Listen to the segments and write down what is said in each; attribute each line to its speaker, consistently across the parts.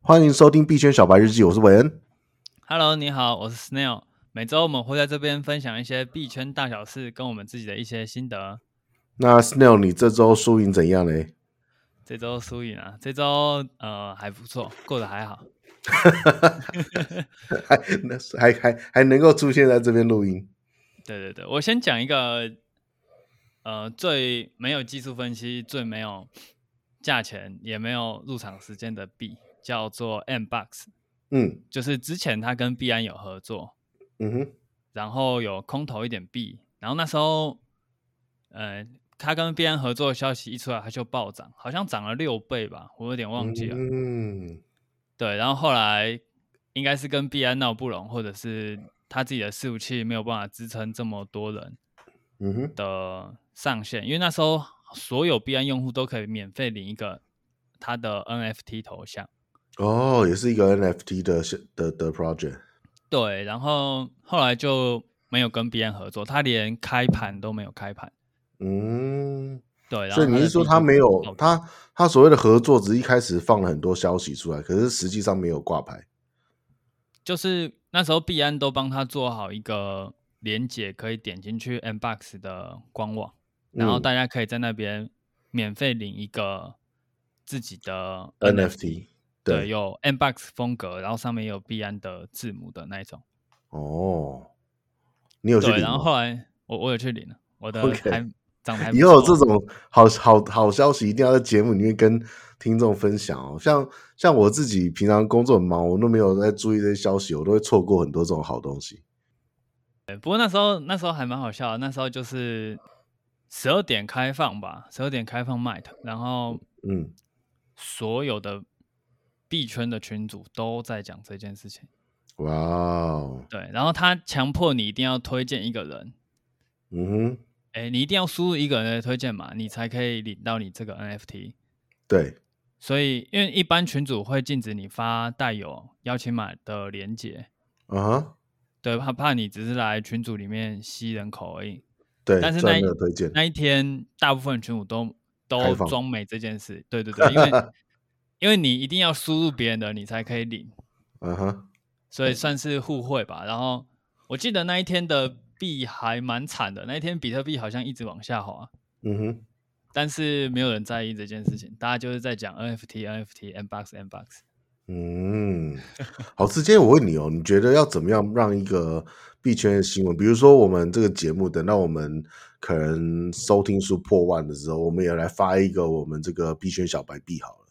Speaker 1: 欢迎收听币圈小白日记，我是韦恩。
Speaker 2: Hello，你好，我是 Snail。每周我们会在这边分享一些币圈大小事，跟我们自己的一些心得。
Speaker 1: 那 Snail，你这周输赢怎样嘞？
Speaker 2: 这周输赢啊，这周呃还不错，过得还好。
Speaker 1: 还还还还能够出现在这边录音？
Speaker 2: 对对对，我先讲一个呃最没有技术分析、最没有价钱也没有入场时间的币，叫做 M Box，
Speaker 1: 嗯
Speaker 2: 就是之前它跟币安有合作，
Speaker 1: 嗯哼，
Speaker 2: 然后有空投一点币，然后那时候，呃，他跟币安合作的消息一出来，它就暴涨，好像涨了六倍吧，我有点忘记了。
Speaker 1: 嗯
Speaker 2: 对，然后后来应该是跟币安闹不拢，或者是他自己的伺服器没有办法支撑这么多人
Speaker 1: 嗯哼，
Speaker 2: 的上限，因为那时候所有币安用户都可以免费领一个他的 NFT 头像。
Speaker 1: 哦，也是一个 NFT 的的的 project。
Speaker 2: 对，然后后来就没有跟币安合作，他连开盘都没有开盘。
Speaker 1: 嗯，
Speaker 2: 对，然后
Speaker 1: 所以你
Speaker 2: 的
Speaker 1: 是说
Speaker 2: 币哦
Speaker 1: 他
Speaker 2: 就
Speaker 1: 没
Speaker 2: 暴
Speaker 1: 有
Speaker 2: 涨
Speaker 1: 他他所谓的合作，只是一开始放了很多消息出来，可是实际上没有挂牌。
Speaker 2: 就是那时候币安都帮他做好一个连接，可以点进去 Mbox 的官网，然后
Speaker 1: 嗯
Speaker 2: 大家可以在那边免费领一个自己的
Speaker 1: NFT
Speaker 2: 对，
Speaker 1: 对
Speaker 2: 有 Mbox 风格，然后上面有币安的字母的那一种。
Speaker 1: 哦，你有去
Speaker 2: 对，
Speaker 1: 领
Speaker 2: 然后
Speaker 1: 吗？
Speaker 2: 后来我我有去领了，我的
Speaker 1: OK
Speaker 2: 还长 得还不
Speaker 1: 以后有
Speaker 2: 错
Speaker 1: 这种好好好消息一定要在节目里面跟听众分享哦。像像我自己平常工作很忙，我都没有在注意这些消息，我都会错过很多这种好东西。
Speaker 2: 对不过那时候那时候还蛮好笑的，那时候就是十二点开放吧，十二点开放 Mite，然后
Speaker 1: 嗯，
Speaker 2: 所有的币圈的群主都在讲这件事情。
Speaker 1: 哇哦，
Speaker 2: 对，然后他强迫你一定要推荐一个人，
Speaker 1: 嗯哼，
Speaker 2: 哎，你一定要输入一个人的推荐码，你才可以领到你这个 NFT。
Speaker 1: 对，
Speaker 2: 所以，因为一般群主会禁止你发带有邀请码的连接，
Speaker 1: 啊哈，
Speaker 2: 对，怕怕你只是来群组里面吸人口而已。
Speaker 1: 对，
Speaker 2: 但是
Speaker 1: 虽然
Speaker 2: 那一
Speaker 1: 没有推荐，
Speaker 2: 那一天，大部分群主都
Speaker 1: 开
Speaker 2: 都
Speaker 1: 放
Speaker 2: 装没这件事，对对对，因为因为你一定要输入别人的，你才可以领。
Speaker 1: 啊哈，
Speaker 2: 所以算是互惠吧。然后我记得那一天的币还蛮惨的，那一天比特币好像一直往下滑，
Speaker 1: 嗯哼，
Speaker 2: 但是没有人在意这件事情，大家就是在讲 NFT、NFT、M box、M box。
Speaker 1: 嗯，好，之前我问你哦，你觉得要怎么样让一个币圈的新闻，比如说我们这个节目，等到我们可能收听数破万的时候，我们也来发一个我们这个币圈小白币好了。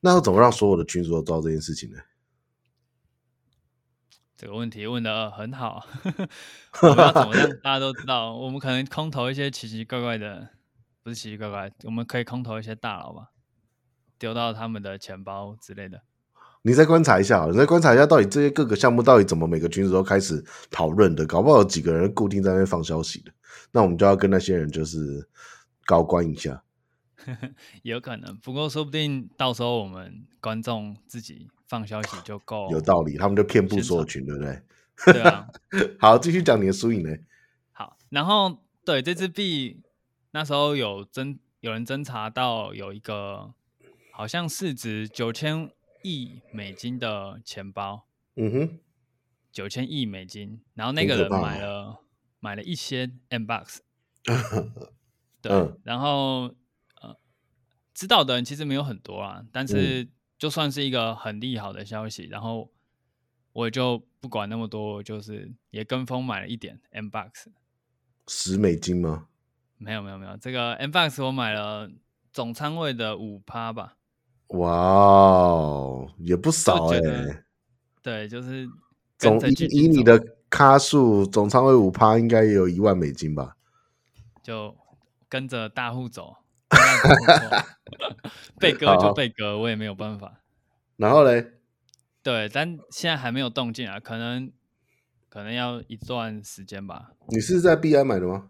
Speaker 1: 那要怎么让所有的群主都知道这件事情呢？
Speaker 2: 这个问题问的很好， 我们要怎么让大家都知道？我们可能空投一些奇奇怪怪的，不是奇奇怪怪，我们可以空投一些大佬吧，丢到他们的钱包之类的。
Speaker 1: 你再观察一下好了，你再观察一下，到底这些各个项目到底怎么每个群主都开始讨论的？搞不好有几个人固定在那边放消息的，那我们就要跟那些人就是高官一下。
Speaker 2: 有可能，不过说不定到时候我们观众自己放消息就够。
Speaker 1: 有道理，他们就遍布
Speaker 2: 哦现
Speaker 1: 所有
Speaker 2: 场
Speaker 1: 群，对不对？
Speaker 2: 对啊，
Speaker 1: 好，继续讲你的输赢呢。
Speaker 2: 好，然后对这支币，那时候有侦有人侦查到有一个好像市值九千亿美金的钱包，
Speaker 1: 嗯哼，
Speaker 2: 九千亿美金，然后那
Speaker 1: 挺
Speaker 2: 个
Speaker 1: 可
Speaker 2: 人
Speaker 1: 怕
Speaker 2: 买
Speaker 1: 哦
Speaker 2: 了买了一些 M box，对，
Speaker 1: 嗯
Speaker 2: 然后呃，知道的人其实没有很多啊，但
Speaker 1: 嗯
Speaker 2: 是就算是一个很利好的消息，然后我也就不管那么多，我就是也跟风买了一点 M box。
Speaker 1: 十美金吗？
Speaker 2: 没有没有没有，这个 M Box 我买了总仓位的五趴吧，
Speaker 1: 哇哦，也不少
Speaker 2: 就
Speaker 1: 哎、
Speaker 2: 觉得对，就是跟
Speaker 1: 总
Speaker 2: 着
Speaker 1: 以
Speaker 2: 剧情
Speaker 1: 以你
Speaker 2: 走
Speaker 1: 的咖数，总仓位五趴，应该也有一万美金吧？
Speaker 2: 就跟着大户走，跟大户走 被割
Speaker 1: 好
Speaker 2: 就被割，我也没有办法。
Speaker 1: 然后嘞，
Speaker 2: 对，但现在还没有动静啊，可能可能要一段时间吧。
Speaker 1: 你是在币安买的吗？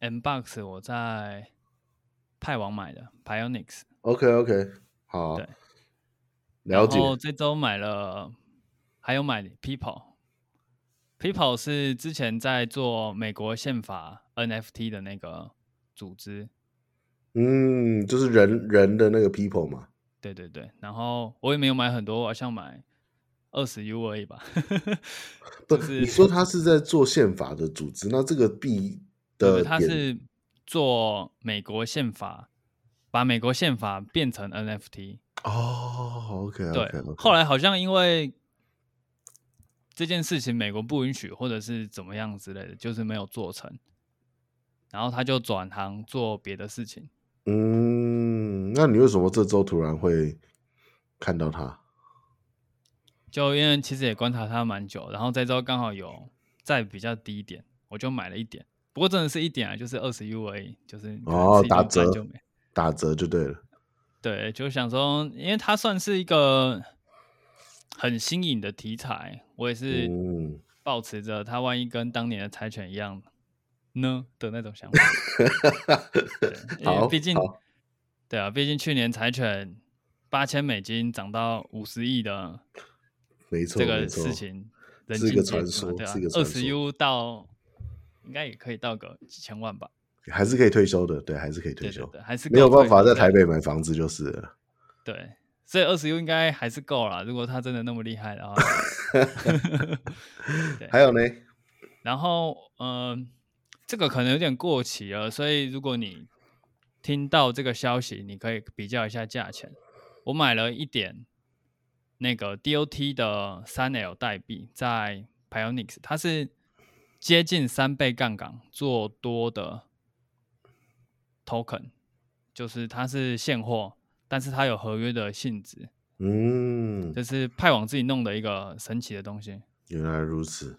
Speaker 2: M Box 我在派网买的 Pionix，
Speaker 1: OK OK，好啊
Speaker 2: 对，
Speaker 1: 了解
Speaker 2: 然。后这周买了，还有买 People。People 是之前在做美国宪法 NFT 的那个组织，
Speaker 1: 嗯，就是人人的那个 people 嘛。
Speaker 2: 对对对，然后我也没有买很多，我好像买二十 U 而已吧。
Speaker 1: 不，
Speaker 2: 就是
Speaker 1: 你说他是在做宪法的组织，那这个币
Speaker 2: 对，
Speaker 1: 的
Speaker 2: 他
Speaker 1: 点
Speaker 2: 是做美国宪法，把美国宪法变成 NFT。
Speaker 1: 哦，OK
Speaker 2: 对
Speaker 1: OK OK，
Speaker 2: 后来好像因为这件事情美国不允许，或者是怎么样之类的，就是没有做成。然后他就转行做别的事情，
Speaker 1: 嗯，那你为什么这周突然会看到他？
Speaker 2: 就因为其实也观察他蛮久，然后这周刚好有在比较低一点，我就买了一点。不过真的是一点啊，就是二十 U 而已，就是可能
Speaker 1: 哦
Speaker 2: 吃一
Speaker 1: 打
Speaker 2: 顿饭
Speaker 1: 折
Speaker 2: 就没。
Speaker 1: 打折就对了，
Speaker 2: 对，就想说，因为它算是一个很新颖的题材，我也是
Speaker 1: 嗯，
Speaker 2: 保持着它万一跟当年的柴犬一样呢的那种想 法。对，因为
Speaker 1: 好
Speaker 2: 毕竟
Speaker 1: 好，
Speaker 2: 对啊，毕竟去年柴犬八千美金涨到五十亿的
Speaker 1: 没错，
Speaker 2: 这
Speaker 1: 没
Speaker 2: 个
Speaker 1: 错
Speaker 2: 事情，人
Speaker 1: 是一
Speaker 2: 尽
Speaker 1: 个
Speaker 2: 皆
Speaker 1: 传
Speaker 2: 知
Speaker 1: 说
Speaker 2: 嘛对啊
Speaker 1: 是一个，
Speaker 2: 二
Speaker 1: 传
Speaker 2: 十
Speaker 1: 说
Speaker 2: U 到应该也可以到个几千万吧。
Speaker 1: 还是可以退休的，对，还是可以退
Speaker 2: 对
Speaker 1: 休，
Speaker 2: 对对，还是
Speaker 1: 没有
Speaker 2: 够
Speaker 1: 办
Speaker 2: 退
Speaker 1: 法
Speaker 2: 休
Speaker 1: 在
Speaker 2: 对
Speaker 1: 台北买房子就是了。
Speaker 2: 对，所以二十 U 应该还是够了。如果他真的那么厉害的话，对
Speaker 1: 还有呢，
Speaker 2: 然后呃，这个可能有点过期了，所以如果你听到这个消息，你可以比较一下价钱。我买了一点那个 DOT 的三 L 代币，在 Pionix，它是接近三倍杠杆做多的 token，就是它是现货，但是它有合约的性质，
Speaker 1: 嗯，
Speaker 2: 这是派网自己弄的一个神奇的东西。
Speaker 1: 原来如此，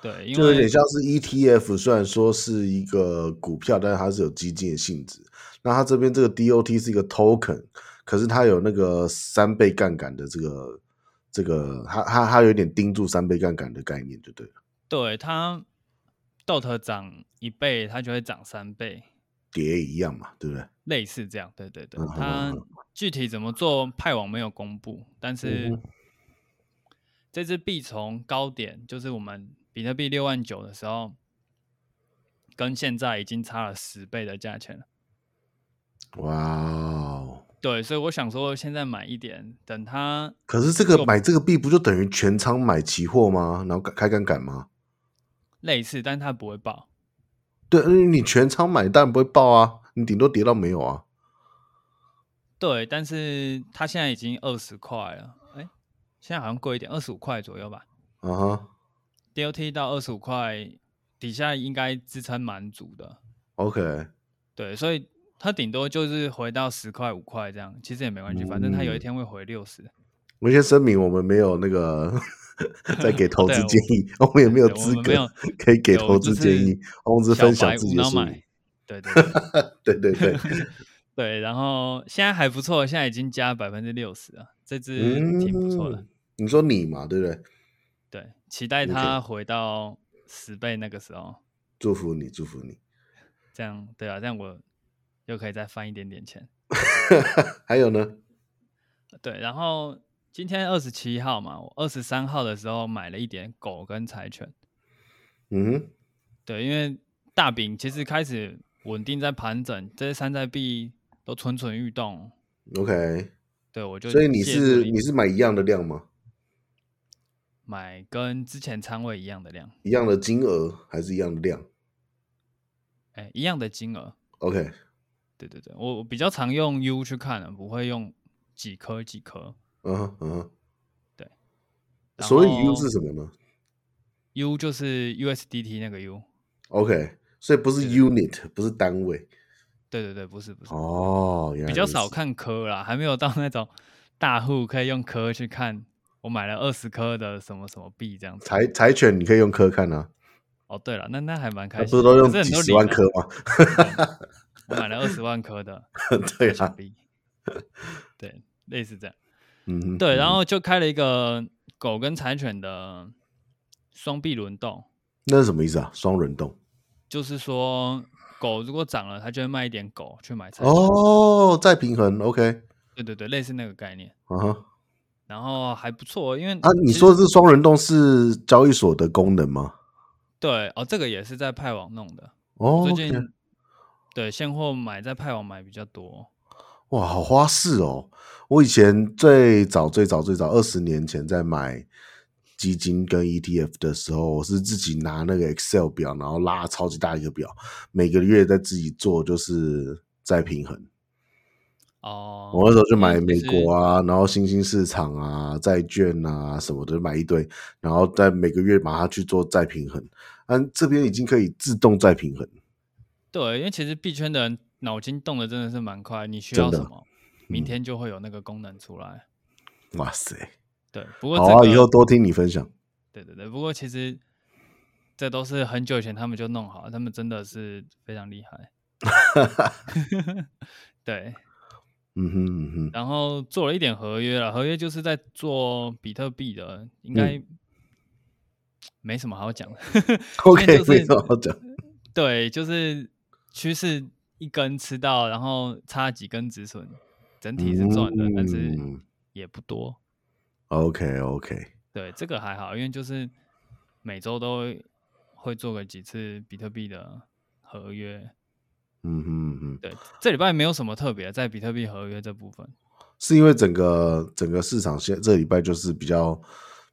Speaker 2: 对，因
Speaker 1: 就有
Speaker 2: 为
Speaker 1: 点像是 ETF，虽然说是一个股票，但是它是有基金的性质。那它这边这个 DOT 是一个 token，可是它有那个三倍杠杆的这个这个，它它它有点盯住三倍杠杆的概念，就对了，
Speaker 2: 对它，DOT 涨一倍，它就会涨三倍，
Speaker 1: 叠一样嘛，对不对？
Speaker 2: 类似这样。对对对
Speaker 1: 嗯，哼
Speaker 2: 它
Speaker 1: 嗯哼
Speaker 2: 具体怎么做，派网没有公布，但
Speaker 1: 嗯
Speaker 2: 是
Speaker 1: 哼
Speaker 2: 这支币从高点，就是我们比特币六万九的时候，跟现在已经差了十倍的价钱了。
Speaker 1: 哇哦！
Speaker 2: 对，所以我想说，现在买一点，等它
Speaker 1: 可是这个买这个币不就等于全仓买期货吗？然后开开杠杆吗？
Speaker 2: 类似，但它不会爆。
Speaker 1: 对，因为你全仓买当然不会爆啊，你顶多跌到没有啊。
Speaker 2: 对，但是它现在已经二十块了，哎，现在好像贵一点，二十五块左右吧。
Speaker 1: 啊哈
Speaker 2: DOT 到二十五块底下应该支撑蛮足的，
Speaker 1: ，OK，
Speaker 2: 对，所以它顶多就是回到十块五块这样，其实也没关系，反正它有
Speaker 1: 嗯
Speaker 2: 一天会回六十。
Speaker 1: 我们先声明，我们没有那个 在给投资建议，我们也没有
Speaker 2: 对我
Speaker 1: 资
Speaker 2: 们
Speaker 1: 格
Speaker 2: 没有
Speaker 1: 可以给
Speaker 2: 对我
Speaker 1: 投
Speaker 2: 们
Speaker 1: 资
Speaker 2: 就
Speaker 1: 建
Speaker 2: 是
Speaker 1: 议，我们只是
Speaker 2: 小
Speaker 1: 分享
Speaker 2: 白
Speaker 1: 自
Speaker 2: 无
Speaker 1: 己的
Speaker 2: 脑
Speaker 1: 术
Speaker 2: 买
Speaker 1: 语。，
Speaker 2: 对对 对
Speaker 1: 对对对，
Speaker 2: 对，然后现在还不错，现在已经加百分之六十了，这只挺不错的，
Speaker 1: 嗯，你说你嘛，对不对？
Speaker 2: 对，期待
Speaker 1: OK
Speaker 2: 它回到十倍那个时候，
Speaker 1: 祝福你，祝福你。
Speaker 2: 这样对啊，这样我又可以再翻一点点钱。
Speaker 1: 还有呢？
Speaker 2: 对，然后今天二十七号嘛，我二十三号的时候买了一点狗跟柴犬。
Speaker 1: 嗯
Speaker 2: 对，因为大饼其实开始稳定在盘整，这些山寨币都蠢蠢欲动。
Speaker 1: ，OK，
Speaker 2: 对，我就
Speaker 1: 所以你
Speaker 2: 介入
Speaker 1: 是
Speaker 2: 了一
Speaker 1: 你是买一样的量吗？
Speaker 2: 买跟之前仓位一样的量，
Speaker 1: 一样的金额还是一样的量
Speaker 2: 哎，一样的金额。
Speaker 1: ？OK，
Speaker 2: 对对对，我我比较常用 U 去看的，不会用几颗几颗。
Speaker 1: 嗯哼嗯哼，
Speaker 2: 对，
Speaker 1: 所以 U 是什么呢
Speaker 2: U 就是 USDT 那个 U。
Speaker 1: ？OK，所以不是
Speaker 2: 对
Speaker 1: unit，不是单位。
Speaker 2: 对对对，不是不是，
Speaker 1: 哦，原来
Speaker 2: 比较
Speaker 1: 如
Speaker 2: 少
Speaker 1: 此
Speaker 2: 看颗啦，还没有到那种大户可以用颗去看。我买了二十颗的什么什么币这样子。
Speaker 1: 柴柴犬你可以用科看啊，
Speaker 2: 哦，对了，那那还蛮开
Speaker 1: 那
Speaker 2: 心
Speaker 1: 不
Speaker 2: 的，
Speaker 1: 是都用
Speaker 2: 可是很
Speaker 1: 几
Speaker 2: 多
Speaker 1: 十万
Speaker 2: 零啊
Speaker 1: 颗吗？
Speaker 2: 我买了二十万颗的
Speaker 1: 对
Speaker 2: 小
Speaker 1: 啊，
Speaker 2: 币，对，类似这样。
Speaker 1: 嗯哼，
Speaker 2: 对，然
Speaker 1: 嗯
Speaker 2: 后就开了一个狗跟柴犬的双臂轮动，
Speaker 1: 那是什么意思啊？双轮动
Speaker 2: 就是说狗如果涨了，它就会卖一点狗去买柴犬。
Speaker 1: 哦，再平衡，OK，嗯
Speaker 2: 对对对，类似那个概念。
Speaker 1: 啊哈
Speaker 2: 然后还不错，哦因为
Speaker 1: 啊，你
Speaker 2: 其实
Speaker 1: 说这双轮动是交易所的功能吗？
Speaker 2: 对哦，这个也是在派网弄的。
Speaker 1: 哦
Speaker 2: 最
Speaker 1: ，OK，
Speaker 2: 近对现货买在派网买比较多，
Speaker 1: 哇，好花式哦！我以前最早最早最早二十年前在买基金跟 ETF 的时候，我是自己拿那个 Excel 表，然后拉超级大一个表，每个月在自己做，就是在平衡。
Speaker 2: 哦，
Speaker 1: 我那时候就买
Speaker 2: 嗯
Speaker 1: 美
Speaker 2: 就是
Speaker 1: 国啊，然后新兴市场啊、债券啊什么的，买一堆，然后在每个月把它去做再平衡。嗯，这边已经可以自动再平衡。
Speaker 2: 对，因为其实币圈的人脑筋动的真的是蛮快，你需
Speaker 1: 真
Speaker 2: 要
Speaker 1: 的
Speaker 2: 什么，
Speaker 1: 嗯
Speaker 2: 明天就会有那个功能出来。
Speaker 1: 哇塞！
Speaker 2: 对，不过
Speaker 1: 好
Speaker 2: 这
Speaker 1: 啊，
Speaker 2: 个
Speaker 1: 以后多听你分享。
Speaker 2: 对对对，不过其实这都是很久以前他们就弄好了，他们真的是非常厉害。 对，
Speaker 1: 嗯哼嗯
Speaker 2: 然后做了一点合约了，合约就是在做比特币的，应该
Speaker 1: 嗯
Speaker 2: 没什么好讲的。
Speaker 1: 哼
Speaker 2: 因为
Speaker 1: ，OK，
Speaker 2: 啊就是
Speaker 1: 没什么好讲。
Speaker 2: 对，就是趋势一根吃到，然后差几根止损，整体是赚的，但是
Speaker 1: 嗯
Speaker 2: 也不多。
Speaker 1: OK OK，
Speaker 2: 对，这个还好，因为就是每周都会做个几次比特币的合约。
Speaker 1: 嗯哼嗯哼，
Speaker 2: 对，这礼拜没有什么特别，在比特币合约这部分。
Speaker 1: 是因为整个整个市场现这礼拜就是比较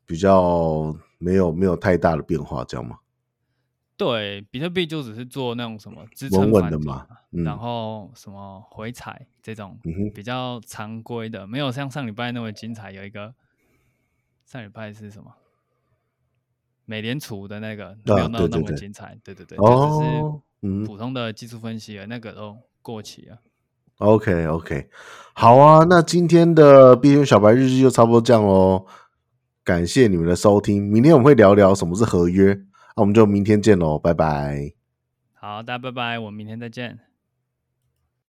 Speaker 1: 比较没有没有太大的变化，这样吗？
Speaker 2: 对，比特币就只是做那种什么支
Speaker 1: 稳
Speaker 2: 撑
Speaker 1: 稳
Speaker 2: 反
Speaker 1: 的
Speaker 2: 底
Speaker 1: 嘛嗯
Speaker 2: 然后什么回踩这种
Speaker 1: 嗯哼
Speaker 2: 比较常规的，没有像上礼拜那么精彩。有一个上礼拜是什么？美联储的那个没有
Speaker 1: 啊
Speaker 2: 那
Speaker 1: 对
Speaker 2: 那
Speaker 1: 对
Speaker 2: 么
Speaker 1: 对
Speaker 2: 精彩，对对对，
Speaker 1: 哦
Speaker 2: 就只
Speaker 1: 嗯
Speaker 2: 是普通的技术分析了，那个都过期了。
Speaker 1: OK OK，好啊，那今天的币圈小白日记就差不多这样喽。感谢你们的收听，明天我们会聊聊什么是合约，那我们就明天见喽，拜拜。
Speaker 2: 好，大家拜拜，我们明天再见。